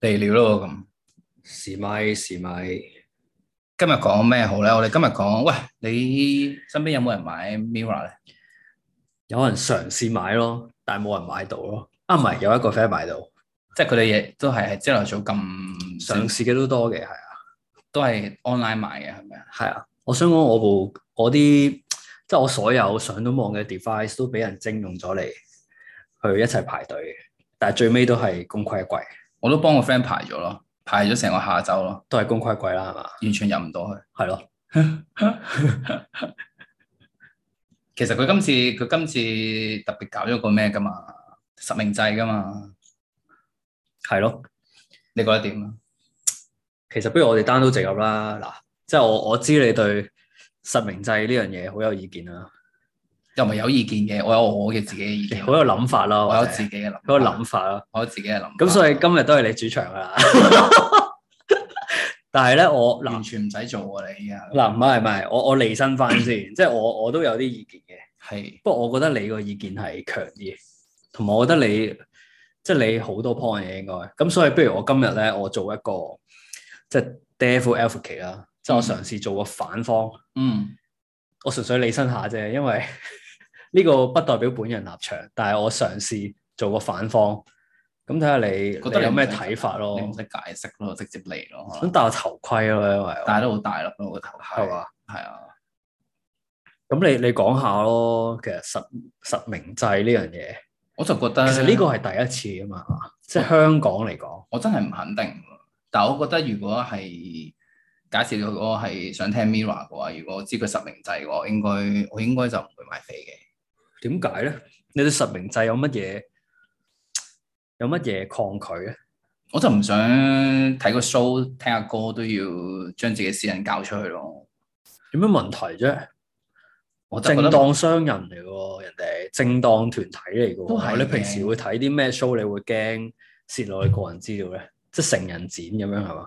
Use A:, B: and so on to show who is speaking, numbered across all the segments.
A: 地料咯咁。
B: 是咪是咪？
A: 今日講咩好咧？我哋今日講，喂，你身邊有冇人買 Mirror 咧？
B: 有人嘗試買咯，但係冇人買到咯。啊，唔係有一個 friend 買到，
A: 即係佢哋亦都係係朝頭早咁
B: 上市嘅都多嘅，係啊，
A: 都係 online 買嘅，係咪啊？
B: 係啊。我想講我部我啲即係我所有上到網嘅 device 都俾人徵用咗嚟去一齊排隊，但係最尾都係公規貴，
A: 我都幫個 friend 排咗咯，排咗成個下晝咯，
B: 都係公規貴啦，係嘛？
A: 完全入唔到去。
B: 係咯，
A: 其實佢今次佢今次特別搞咗個咩噶嘛？實名制噶嘛？
B: 係咯。
A: 你覺得點啊？
B: 其實不如我哋 download 直入啦。嗱，即係我我知你對實名制呢樣嘢好有意見啊啦，
A: 又唔係有意見嘅，我有我嘅自己嘅意
B: 亦
A: 見，
B: 好有諗法啦，
A: 我有啊
B: 或者
A: 自己嘅諗，
B: 好有，諗法啊啦。
A: 我有自己嘅諗。
B: 咁所以今日都係你主場㗎啦。 但係咧，我
A: 完
B: 嗱
A: 全唔使做啊！你而家
B: 嗱唔係唔係，我我離身翻 先，即係我我都有啲意見嘅。
A: 係
B: 不過我覺得你個意見係強啲，同埋我覺得你即係你好多 point 嘅應該。咁所以不如我今日咧，我做一個即係 devil advocate 啦，即係我嘗試做個反方。
A: 嗯
B: 我純粹理身下啫，因為 呢個不代表本人立場，但係我嘗試做個反方，咁睇下你
A: 覺得
B: 你有
A: 你唔
B: 咩
A: 使
B: 睇法咯
A: 你。唔使解釋咯，直接嚟咯。可能
B: 咁戴個頭盔咯，因為
A: 戴得好大粒咯個頭，
B: 係嘛？
A: 係啊，
B: 咁你你講下咯，其實實實名制呢樣嘢，
A: 我就覺得
B: 其實呢個係第一次啊嘛，即係香港嚟講，
A: 我真係唔肯定喎。但係我覺得如果係假設如果係想聽 Mirror 嘅話，如果我知佢實名制嘅話，我應該我應該就唔會買飛嘅。
B: 點解咧？你對實名制有乜嘢有乜嘢抗拒咧？
A: 我就唔想睇個 show 聽下歌都要將自己私隱交出去咯。
B: 有咩問題啫？
A: 我就
B: 正
A: 覺得
B: 當商人嚟喎，人哋正當團體嚟嘅
A: 都
B: 喎。
A: 係
B: 你
A: 嘅
B: 平時會睇啲咩 show？你會驚泄露你個人資料咧？即係成人展咁樣係嘛？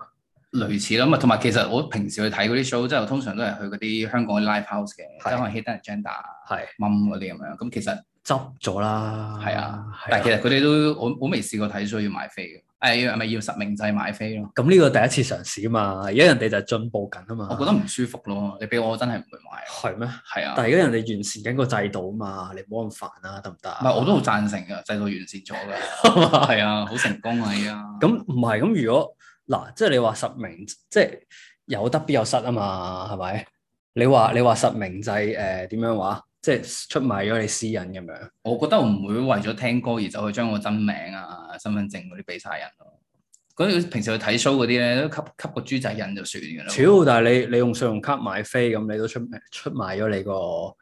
A: 類似啦，咁啊同埋其實我平時去睇嗰啲 show，即係通常都係去嗰啲香港嘅 live house 嘅，即
B: 係啊
A: 係可能 Hidden Agenda、
B: 係
A: Mum 嗰啲咁樣。咁其實
B: 執咗啦。
A: 係啊
B: 係，
A: 但係其實佢哋都我我未試過睇 show 要買飛嘅，誒係咪要實名制買飛咯？
B: 咁呢個第一次嘗試啊嘛，而家人哋就係進步緊啊嘛。
A: 我覺得唔舒服咯，你俾我我真係唔會買。
B: 係咩？
A: 係啊，
B: 但係而家人哋完善緊個制度啊嘛，你唔好咁煩啦，得唔得啊？
A: 唔係我都好贊成㗎，制度完善咗㗎， 係啊，好成功啊依家。
B: 咁唔係咁，如果嗱，即係你話實名，即係有得必有失啊嘛，係咪？你話你話實名制誒點樣話？即係出賣咗你私隱咁樣，
A: 我覺得我唔會為咗聽歌而走去將我真名啊、身份證嗰啲俾晒人咯。嗰啲平時去睇 show 嗰啲咧，都吸吸個豬仔印就算㗎啦。
B: 超！但係你你用信用卡買飛咁，你都出出賣咗你個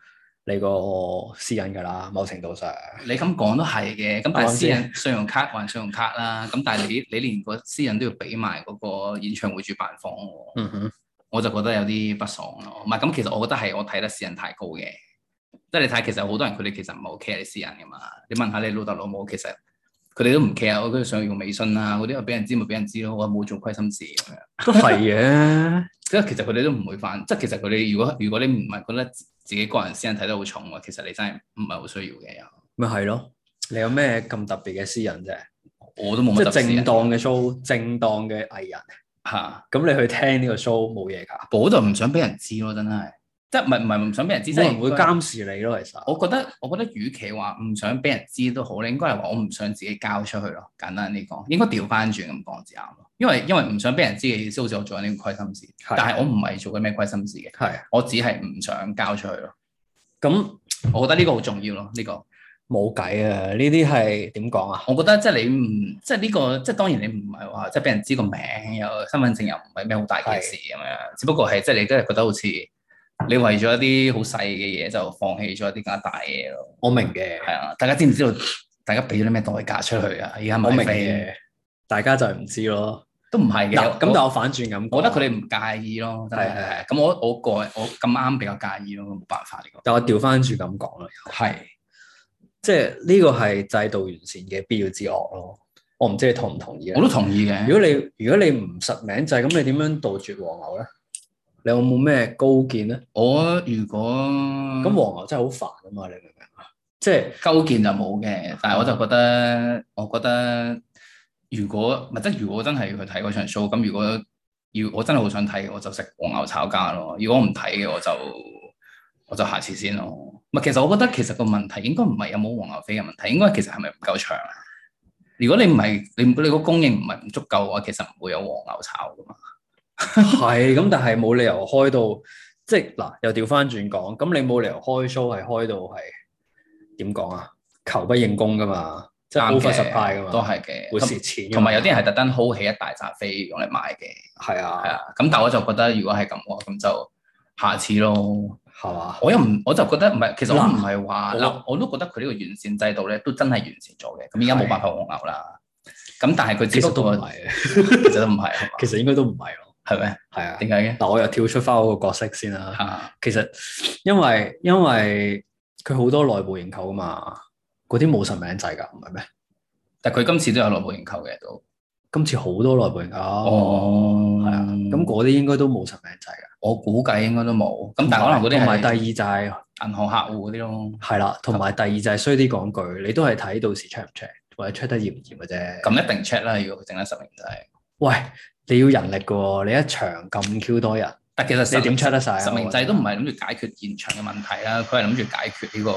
B: 你個私隱㗎啦，某程度上
A: 你咁講都係嘅，咁但係
B: 啱啱
A: 私
B: 先
A: 隱信用卡還信用卡啦，咁但係你你連個私隱都要俾埋嗰個演唱會主辦方喎。
B: 嗯哼，
A: 我就覺得有啲不爽咯。唔係咁，其實我覺得係我睇得私隱太高嘅，即係你睇其實有好多人佢哋其實唔係好 care 你私隱噶嘛。你問下你老豆老母，其實佢哋都唔 care，佢哋想用微信啊嗰啲，俾人知咪俾人知咯。我冇做虧心事咁樣，
B: 都係嘅，
A: 即係其實佢哋都唔會犯。即係其實佢哋如果如果你唔係覺得自己個人私隱睇得好重嘅，其實你真係唔係好需要嘅。又
B: 咪係咯？你有咩咁特別嘅私隱啫？
A: 我都冇
B: 即
A: 乜
B: 係
A: 特別
B: 正
A: 人
B: 當嘅 show，正當嘅藝人，
A: 嚇，
B: 咁你去聽呢個 show 冇嘢㗎，
A: 我就唔想俾人知咯，真係。即係唔係唔係唔想俾人知，即
B: 冇
A: 係
B: 人會監視你咯，其實。
A: 我覺得，我覺得，與其話唔想俾人知都好，你應該係話我唔想自己交出去咯。簡單啲講，應該調翻轉咁講至啱咯。因為因為唔想俾人知嘅意思，好似我做緊呢個虧心事，
B: 係
A: 但係我唔係做緊咩虧心事嘅，
B: 係
A: 我只係唔想交出去咯。
B: 咁
A: 我覺得呢個好重要咯。呢個
B: 冇計啊！呢啲係點講啊？
A: 我覺得即係你唔即係呢個即係當然你唔係話即係俾人知個名又身份證又唔係咩好大件事咁樣，只不過係即係你都係覺得好似你為咗一啲好細嘅嘢就放棄咗一啲更加大嘅嘢咯。
B: 我明嘅，
A: 係啊，大家知唔知道大家俾咗啲咩代價出去啊？而家
B: 我
A: 買
B: 明
A: 飛
B: 嘅，大家就係唔知咯。
A: 都唔係嘅。
B: 嗱，咁但係
A: 我
B: 我反轉咁，
A: 我覺得佢哋唔介意咯，真係
B: 係係
A: 係。咁我我個人我咁啱比較介意咯，冇辦法呢個。
B: 但我調翻轉咁講啦，
A: 係
B: 即係呢個係制度完善嘅必要之惡咯。我唔知你同唔同意啊
A: 我？都同意嘅。
B: 如果你如果你唔實名制，咁你點樣杜絕黃牛咧？你有冇咩高見咧？
A: 我如果
B: 咁
A: 咁
B: 黃牛真係好煩啊嘛！你明唔明啊？即係
A: 勾結就冇嘅，但係我就覺得我覺得如果咪即係如果真係去睇嗰場 show，咁如果要我真係好想睇，我就食黃牛炒家咯。如果我唔睇嘅，我就我就下次先咯。唔係，其實我覺得其實個問題應該唔係有冇黃牛飛嘅問題，應該其實係咪唔夠場啊？如果你唔係你你個供應唔係唔足夠嘅話，其實唔會有黃牛炒噶嘛。
B: 係咁，但係冇理由開到即係嗱，又調翻轉講，咁你冇理由開 show 係開到係點講啊？求不應供噶嘛，即係
A: 啱嘅
B: over supply 噶嘛，
A: 都係嘅。
B: 會
A: 咁
B: 蝕錢㗎嘛。
A: 同埋有啲人係特登 hold 起一大扎飛用嚟買嘅，
B: 係
A: 係
B: 啊，
A: 啊。咁但係我就覺得如果係咁嘅話，咁就下次咯。
B: 係嘛？
A: 我又唔，我就覺得唔係，其實我
B: 嗱啊
A: 唔係話
B: 我
A: 嗱，我都覺得佢呢個完善制度咧，都真係完善咗嘅。咁而家冇辦法黃牛啦。咁但係佢只
B: 其實
A: 不
B: 都唔
A: 過
B: 係嘅，
A: 其實都唔係，係嘛
B: 其實應該都唔係咯。
A: 係咪？
B: 係啊，
A: 點解嘅？
B: 嗱，我又跳出翻我個角色先啦。
A: 啊，
B: 其實因為因為佢好多內部認購噶嘛，嗰啲冇實名制㗎，唔係咩？
A: 但係佢今次都有內部認購嘅都。
B: 今次好多內部認購，
A: 哦，
B: 係啊，咁嗰啲應該都冇實名制㗎。
A: 我估計應該都冇。咁但係可能嗰啲
B: 同埋第
A: 係
B: 二就係
A: 銀行客戶嗰啲咯。
B: 係啦，同埋第二就係衰啲講句，你都係睇到時 check 唔 check 或者 check 得嚴唔嚴嘅啫。
A: 咁一定 check 啦，如果佢整得實名制。
B: 喂，你要人力嘅喎，你一場咁 Q 多人，
A: 但其實
B: 你
A: 實
B: 點 check 得晒啊？
A: 實名
B: 我
A: 制
B: 覺
A: 都
B: 得
A: 唔係諗住解決現場嘅問題啦，佢係諗住解決呢個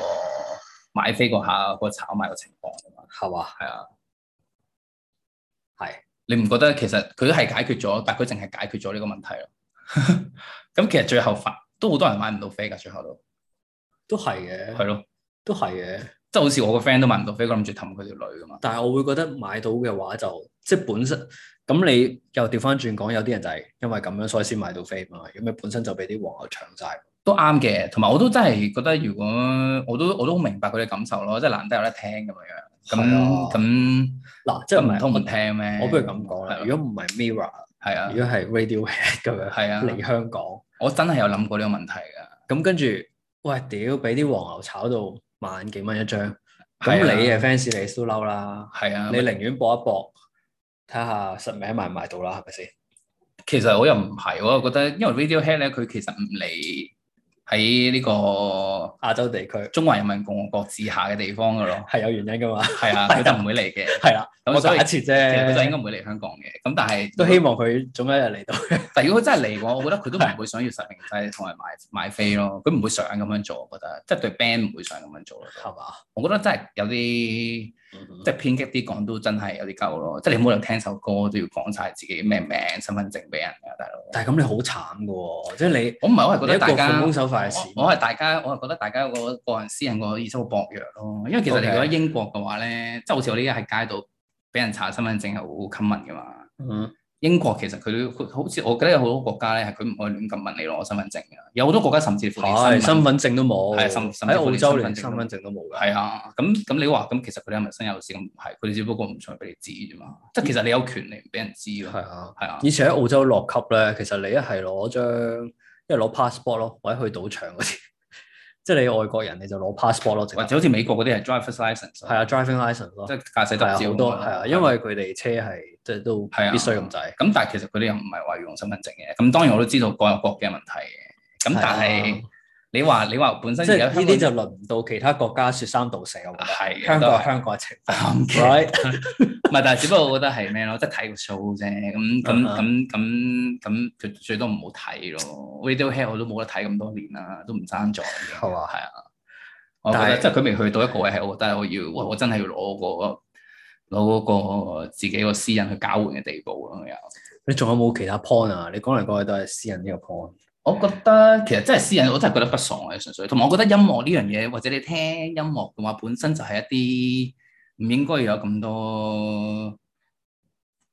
A: 買飛嗰下個炒賣嘅情況啊嘛。
B: 係嘛？
A: 係啊，
B: 係
A: 你唔覺得其實佢都係解決咗，但佢淨係解決咗呢個問題咯。 咁其實最後發都好多人買唔到飛㗎，最後都
B: 都係嘅，
A: 係咯，
B: 都係嘅。
A: 即係好似我個 friend 都買唔到飛，佢諗住氹佢條女㗎嘛。
B: 但係我會覺得買到嘅話就即係本身咁，你又調翻轉講，有啲人就係因為咁樣所以先買到飛嘛，咁你本身就俾啲黃牛搶晒。
A: 都啱嘅，同埋我都真係覺得，如果我都我都好明白佢哋感受咯，即係難得有得聽咁樣樣。咁
B: 係
A: 咁
B: 嗱，
A: 即
B: 即係
A: 係
B: 唔
A: 唔通唔
B: 係
A: 聽咩？
B: 我？我不如咁講啦
A: 係，咯
B: 如果唔係 Mirror，
A: 係啊
B: 如，果係 Radiohead 咁樣
A: 係啊
B: 嚟香港，
A: 我真係有諗過呢個問題㗎。
B: 咁跟住喂屌，俾啲黃牛炒到萬幾蚊一張，咁
A: 係啊
B: 你嘅 fans 你都嬲啦，
A: 係啊，
B: 你寧願搏一搏，睇下實名賣唔賣到啦，係咪先？
A: 其實我又唔係，我又覺得，因為 Radiohead 咧，佢其實唔嚟喺呢個
B: 亞洲地區
A: 中華人民共和國治下嘅地方噶 咯，
B: 係有原因噶嘛，
A: 係啊，佢就唔會嚟嘅。
B: 係啦，
A: 咁
B: 我假
A: 所以
B: 設
A: 其實佢就
B: 啫
A: 應。該唔會嚟香港嘅。咁但係
B: 都希，望佢總有一日嚟到。
A: 但如果佢真係嚟嘅話，我覺得佢都唔會想要實名制同埋買買飛咯，佢唔會想咁樣做，我覺得，即係對 band 唔會想咁樣做咯。
B: 係嘛？
A: 我覺得真係有啲即係偏激啲講都真係有啲夠咯，即係你冇理由聽首歌都要講晒自己咩名、身份證俾人㗎，大佬。
B: 但係咁你好慘嘅喎，即係你
A: 我唔係，我係覺
B: 你一
A: 得
B: 個
A: 大
B: 奉
A: 家哦
B: 公。守法嘅事。
A: 我我係大家，我係覺得大家個個人私人個意識好薄弱咯。因為其實你
B: OK
A: 覺得英國嘅話咧，即係好似我呢家喺街度俾人查身份證係好 common 噶嘛。
B: 嗯
A: 英國其實佢都佢好似我記得有好多國家咧係佢唔會亂咁問你攞身份證嘅，有好多國家甚至乎連
B: 係
A: 身
B: 身
A: 份
B: 份證都冇，
A: 係甚甚
B: 喺
A: 至乎
B: 澳
A: 連
B: 洲連
A: 身
B: 身
A: 份
B: 份證都冇㗎。
A: 係啊。咁咁你話咁其實佢哋係咪真有事咁？唔係，佢哋只不過唔想俾你知啫嘛。即係其實你有權利唔俾人知咯。
B: 係啊，
A: 係啊，
B: 以前喺澳洲落級咧，其實你一係攞張，一係攞 passport 咯，或者去賭場嗰啲， 即係你外國人你就攞 passport 咯，直
A: 或
B: 接
A: 者好似美國嗰啲係 driver's license，
B: 係啊 driving license 咯
A: 即，係駕駛
B: 係啊
A: 執照
B: 好多係啊，因為佢哋車係即係都
A: 係啊
B: 必須咁滯。
A: 咁但係其實佢哋又唔係話要用身份證嘅，咁當然我都知道各有各嘅問題嘅。咁但係你話你話本身
B: 啊即係呢啲就
A: 香
B: 輪唔到其他國家説三道四，我覺得
A: 係嘅啊
B: 香港
A: 都
B: 有
A: 係
B: 香港嘅情
A: 港
B: 況
A: 嘅，
B: ，right？
A: 唔係，但係只不過我覺得係咩咯，即係睇個 show 啫。咁咁
B: 啊哈
A: 咁咁咁最最多唔好睇咯。Radiohead 我都冇得睇咁多年啦，都唔爭在嘅。
B: 係嘛
A: 係啊，我覺得即係佢未去到一個位係，我覺得我要哇我真係要攞個。攞嗰個自己個私隱去交換嘅地步咯，又
B: 你仲有冇其他 point 啊？你講嚟講去都係私人呢個 point。
A: 我覺得其實真係私隱，我真係覺得不爽嘅純粹。同埋我覺得音樂呢樣嘢，或者你聽音樂嘅話，本身就係一啲唔應該有咁多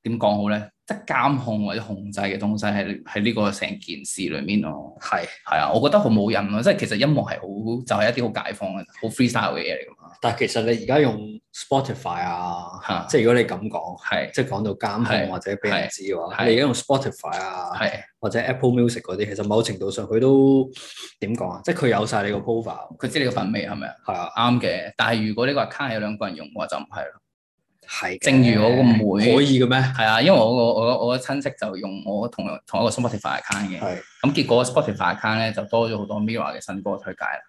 A: 點講好咧，即係監控或者控制嘅東西喺喺呢個成件事裏面咯。
B: 係，
A: 係啊，我覺得好冇癮咯，即係其實音樂係好就係、一啲好解放嘅、好 freestyle 嘅嘢嚟㗎嘛。
B: 但係其實你而家用 Spotify 啊，
A: 嚇
B: 即係如果你咁講，
A: 係
B: 即係講到監
A: 係
B: 控或者俾人知嘅話，
A: 係
B: 你而家用 Spotify 啊，
A: 係，
B: 或者 Apple Music 嗰啲，其實某程度上佢都點講啊？即係佢有晒你個 profile，
A: 佢知你個品味係咪啊？
B: 係啊，
A: 啱嘅，但係如果呢個 account 係有兩個人用嘅話，就唔係咯。
B: 係嘅。
A: 正如我個妹
B: 可以嘅咩？
A: 係啊，因為我個我我個親戚就用我同同一個 Spotify account 嘅。
B: 係
A: 咁結果 Spotify account 咧就多咗好多 Mirror 嘅新歌推介啦。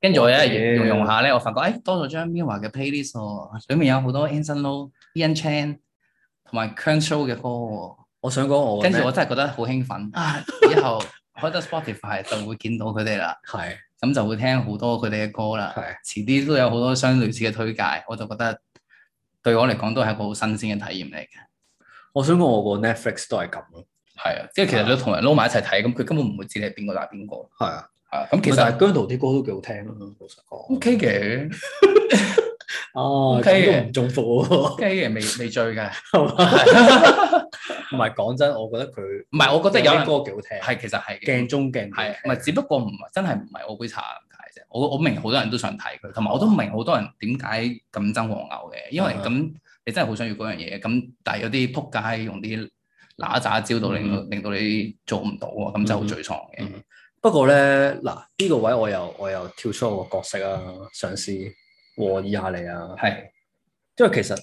A: 跟住我一日用用下咧，我發覺誒、哎多咗張 Mirror 嘅 playlist 喎，裡面有好多 Anson Lo、Ian Chan、同埋 c a n c e l 嘅歌喎。
B: 我想講我
A: 跟住我真係覺得好興奮啊！以後開得 Spotify 就會見到佢哋啦，
B: 係
A: 咁就會聽好多佢哋嘅歌啦。
B: 係
A: 遲啲都有好多相類似嘅推介，我就覺得對我嚟講都係一個好新鮮嘅體驗嚟嘅。
B: 我想講我個 Netflix 都係咁咯，
A: 係啊，即係其實你同人撈埋一齊睇，咁佢根本唔會知你係邊個打邊個。
B: 係啊。
A: 係啊，咁其
B: 其實
A: 實
B: 姜濤啲歌都幾好聽咯，老實講。
A: OK 嘅
B: 哦
A: OK 嘅
B: 咁都唔中伏喎，
A: ，OK 嘅，未未醉嘅。
B: 係嘛 唔係講真，我覺得佢
A: 唔係我覺得有人
B: 啲歌幾好
A: 係其實係
B: 聽，
A: 嘅
B: 鏡，中鏡幾好
A: 係啊
B: 聽
A: 唔係？只不過唔係真係唔係我杯茶咁解啫。我我明好多人都想睇佢，同埋我都明好多人點解咁憎黃牛嘅，因為
B: 啊
A: 咁你真係好想要嗰樣嘢，咁但係有啲撲街用啲揦渣招到令到令到你做唔到喎，咁就好沮喪嘅。
B: 嗯不過咧，嗱呢個位我又我又跳出我個角色啊，嘗試和議下你啊。
A: 係
B: 因為其實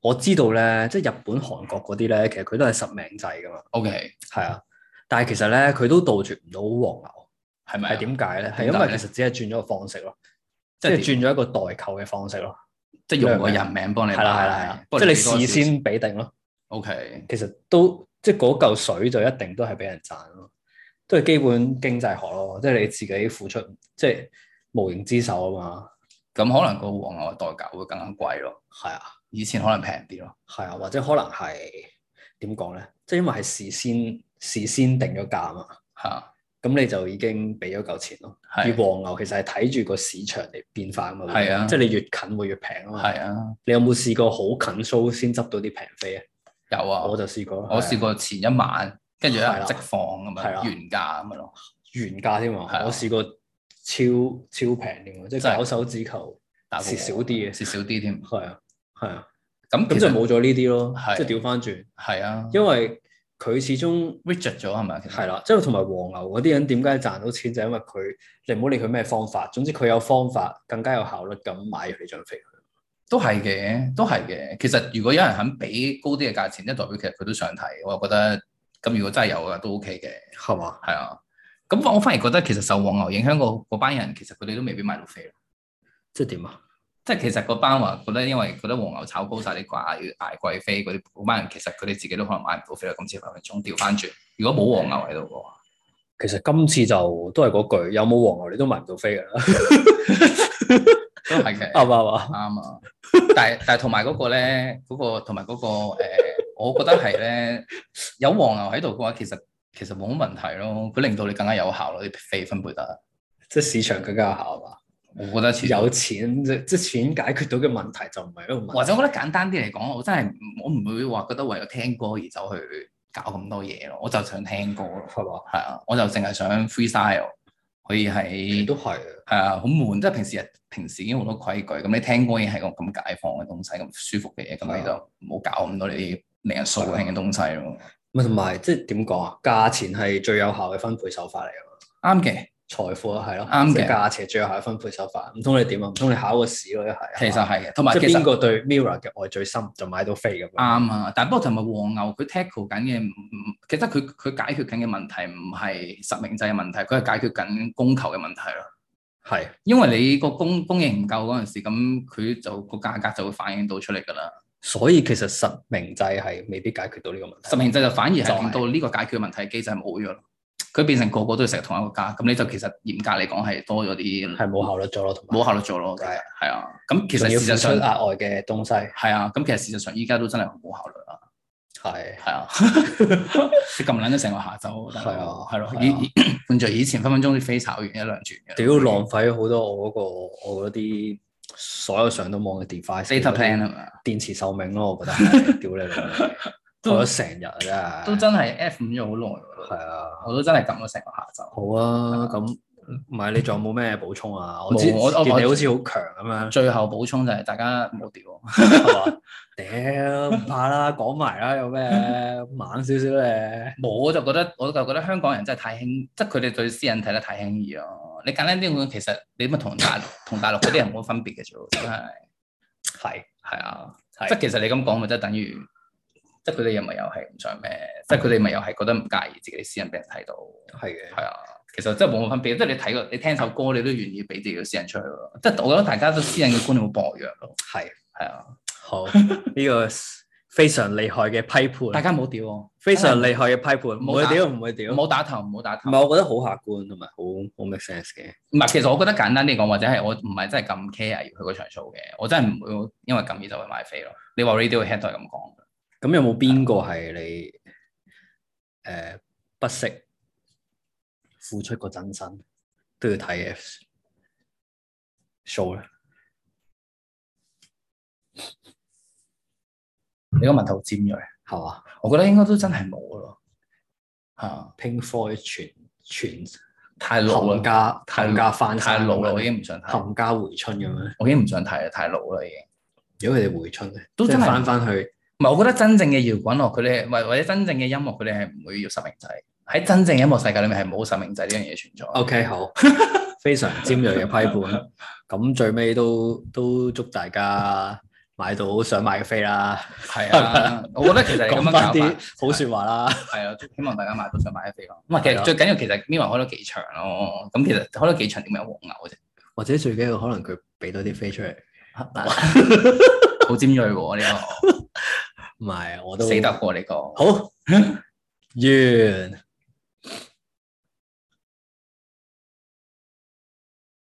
B: 我知道咧，即係日本、韓國嗰啲咧，其實佢都係實名制噶嘛，
A: OK，
B: 係啊。但係其實咧，佢都杜絕唔到黃牛，
A: 係咪啊？
B: 係點解咧？係
A: 點
B: 因
A: 解
B: 為
A: 咧
B: 其實只係轉咗個方式咯，即
A: 即係
B: 係轉咗一個代購嘅方式咯。
A: 即係用個人名幫你
B: 係
A: 買？
B: 啦係啦係啦，
A: 不
B: 即
A: 過
B: 係你
A: 俾多
B: 事
A: 少少
B: 先俾定咯。
A: OK
B: 其實都即係嗰嚿水就一定都係俾人賺咯，都係基本經濟學咯，即係你自己付出，即係無形之手啊嘛。
A: 咁，可能個黃牛嘅代價會更加貴咯。
B: 係啊。
A: 以前可能平啲咯。
B: 係啊，或者可能係點講咧？即係因為係事先事先定咗價嘛，
A: 嚇，
B: 咁你就已經俾咗嚿錢咯。而
A: 係
B: 黃牛其實係睇住個市場嚟變化啊嘛，
A: 係啊
B: 即係你越近會越平啊嘛。
A: 係啊，
B: 你有冇試過好近 show 先執到啲平飛啊？
A: 有啊，
B: 我就試過，
A: 我試
B: 過
A: 過前一晚，跟住咧
B: 係啦啊
A: 即放咁
B: 係啦
A: 樣原價咁樣咯，
B: 原價添
A: 係
B: 啊！
A: 啊
B: 我試過超超平添喎，啊即
A: 真
B: 係
A: 係
B: 搞手指球，
A: 打個
B: 蝕少啲嘅
A: 蝕少啲添。
B: 係啊係啊，
A: 咁
B: 咁
A: 其
B: 就
A: 實
B: 冇咗呢啲咯
A: 係，
B: 即係調翻轉，
A: 係啊
B: 因為佢始終。
A: ，rigid 咗係咪啊？其實
B: 係啦，即係同埋黃牛嗰啲人點解賺到錢就係因為佢，你唔好理佢咩方法，總之佢有方法更加有效率咁買咗你張飛。
A: 都係嘅，都係嘅。其實如果有人肯俾高啲嘅價錢，即係代表其實佢都想睇。我又覺得咁如果真係有嘅都 OK 嘅，
B: 係嘛？
A: 係啊。咁我反而覺得其實受黃牛影響嗰嗰班人，其實佢哋都未必買到飛。
B: 即係點啊？
A: 即係其實嗰班話覺得，因為覺得黃牛炒高晒啲掛要捱貴飛嗰啲嗰班人，其實佢哋自己都可能買唔到飛啦。今次分分鐘調翻轉，如果冇黃牛喺度嘅話，
B: 其實今次就都係嗰句，有冇黃牛你都買唔到飛㗎啦，
A: 都係嘅，
B: 啱唔啱啊？
A: 啱啊。但係但係同埋嗰個咧，嗰、個同埋嗰個、呃、我覺得係咧，有黃牛喺度嘅話，其實其實冇乜問題咯。佢令到你更加有效咯，啲飛分配得。
B: 即係市場更加有效啊嘛。
A: 我覺得始終
B: 有錢即即係錢解決到嘅問題就唔係一個問題。
A: 或者我覺得簡單啲嚟講，我真係唔我唔會話覺得為咗聽歌而走去搞咁多嘢咯。我就想聽歌咯。
B: 係嘛？
A: 係啊，我就淨係想 freestyle，可以
B: 你
A: 喺
B: 都係啊，
A: 係啊，好悶，即係平時平時已經好多規矩，咁你聽歌已經係個咁解放嘅東西，咁舒服嘅嘢，咁
B: 啊
A: 你就唔好搞咁多你啲令人掃興嘅東西咯。
B: 咪同埋即係點講啊？價錢係最有效嘅分配手法嚟㗎嘛。
A: 啱嘅，
B: 財富啊，係咯，
A: 啱嘅
B: 即係價錢係最有效嘅分配手法。唔通你點啊？唔通你考個試咯，一係
A: 其實係嘅，同埋
B: 即係
A: 其
B: 邊
A: 實
B: 個對 Mirror 嘅愛最深就買到飛咁樣。
A: 啱啊。但不過同埋黃牛佢 tackle 緊嘅唔，唔其實佢佢解決緊嘅問題唔係實名制嘅問題，佢係解決緊供求嘅問題咯。
B: 係
A: 因為你個供供應唔夠嗰陣時，咁佢就個價格就會反映到出嚟㗎啦。
B: 所以其實實名制係未必解決到呢個問題。
A: 實名制就反而
B: 就
A: 係
B: 係
A: 令到呢個解決問題嘅機制冇咗咯，佢變成個個都要食同一個價，咁你就其實嚴格嚟講係多咗啲
B: 係冇效率咗咯，同埋
A: 冇效率咗咯，其實
B: 係
A: 係啊，咁其
B: 仲
A: 實
B: 要
A: 事實
B: 付出
A: 上
B: 額外嘅東西
A: 係啊，咁其實事實上依家都真係好冇效率啊，
B: 係
A: 係 啊，你撳撚咗成個下晝，大佬
B: 係啊
A: 係
B: 係
A: 咯，
B: 啊
A: 以以 換著以前分分鐘啲飛炒完一兩轉嘅，
B: 屌浪費咗好多我嗰、個我嗰啲所有上到網嘅 device
A: data plan 啊嘛，
B: 電池壽命咯，我覺得係屌你老味，
A: 都
B: 過咗成日啊真係
A: 都真係 F 五咗好耐喎
B: 係啊，
A: 我都真係撳咗成個下晝。
B: 好啊，咁唔係你仲有冇咩補充啊？我
A: 冇
B: 知
A: 我我
B: 見你好似好強咁樣。
A: 最後補充就係大家冇屌啊我，
B: 係嘛？屌唔怕啦，講埋啦，有咩猛少少咧？
A: 冇我就覺得，我就覺得香港人真係太輕，即係佢哋對私隱睇得太輕易咯。你簡單啲講，其實你咪同 大同大陸嗰啲人冇分別嘅啫喎，真係
B: 係
A: 係啊。
B: 係
A: 即係其實你咁講咪即係等於，即係佢哋又咪又係唔想咩？即係佢哋咪又係覺得唔介意自己啲私隱俾人睇到。
B: 係嘅，
A: 係啊，其實真係冇乜分別，即係你睇個你聽首歌，你都願意俾自己嘅私隱出去咯。即係我覺得大家都私隱嘅觀念好薄弱咯。
B: 係
A: 係啊，
B: 好呢個非常厲害嘅批判，
A: 大家唔好屌我，
B: 非常厲害嘅批判，唔
A: 冇
B: 會
A: 打
B: 屌唔會屌，
A: 唔
B: 唔
A: 好打頭，唔好打頭。
B: 係我覺得好客觀同埋好好 make sense 嘅。
A: 唔係，其實我覺得簡單啲講，或者係我唔係真係咁 care 要去嗰場 show 嘅，我真係唔會因為咁而就去買飛咯。你話 Radiohead 都係咁講，
B: 咁有冇邊個係你诶不惜付出個真身都要睇嘅 show 咧？
A: 你個問題好尖鋭，
B: 係嘛
A: 我覺得應該都真係冇咯，嚇、
B: ？Pink Floyd 全全
A: 太老
B: 冚
A: 啦，
B: 家
A: 太
B: 冚家翻
A: 太
B: 山
A: 老啦，
B: 咁樣
A: 我已經唔想睇，
B: 冚家回春咁樣。
A: 我已經唔想睇啦，太老啦已經。
B: 如果佢哋回春咧，
A: 都
B: 即係
A: 真係
B: 翻翻去
A: 唔係，我覺得真正嘅搖滾樂，佢哋或或者真正嘅音樂，佢哋係唔會要實名制。喺真正嘅音樂世界裏面係冇實名制呢樣嘢存在。
B: OK 好，非常尖鋭嘅批判。咁最尾都都祝大家買到想買嘅飛啦，
A: 係啊，我覺得其實你咁樣搞
B: 講翻啲
A: 法
B: 好説話啦。
A: 係啊，希望大家買到想買一飛咯。唔係，其
B: 係啊
A: 實最緊要其實 Mira 開咗幾場咯。咁其實開咗幾場點解黃牛啫？
B: 或者最緊要可能佢俾多啲飛出嚟，
A: 好尖鋭喎呢
B: 唔係我
A: 個，
B: 都
A: 死得過呢個。
B: 好完。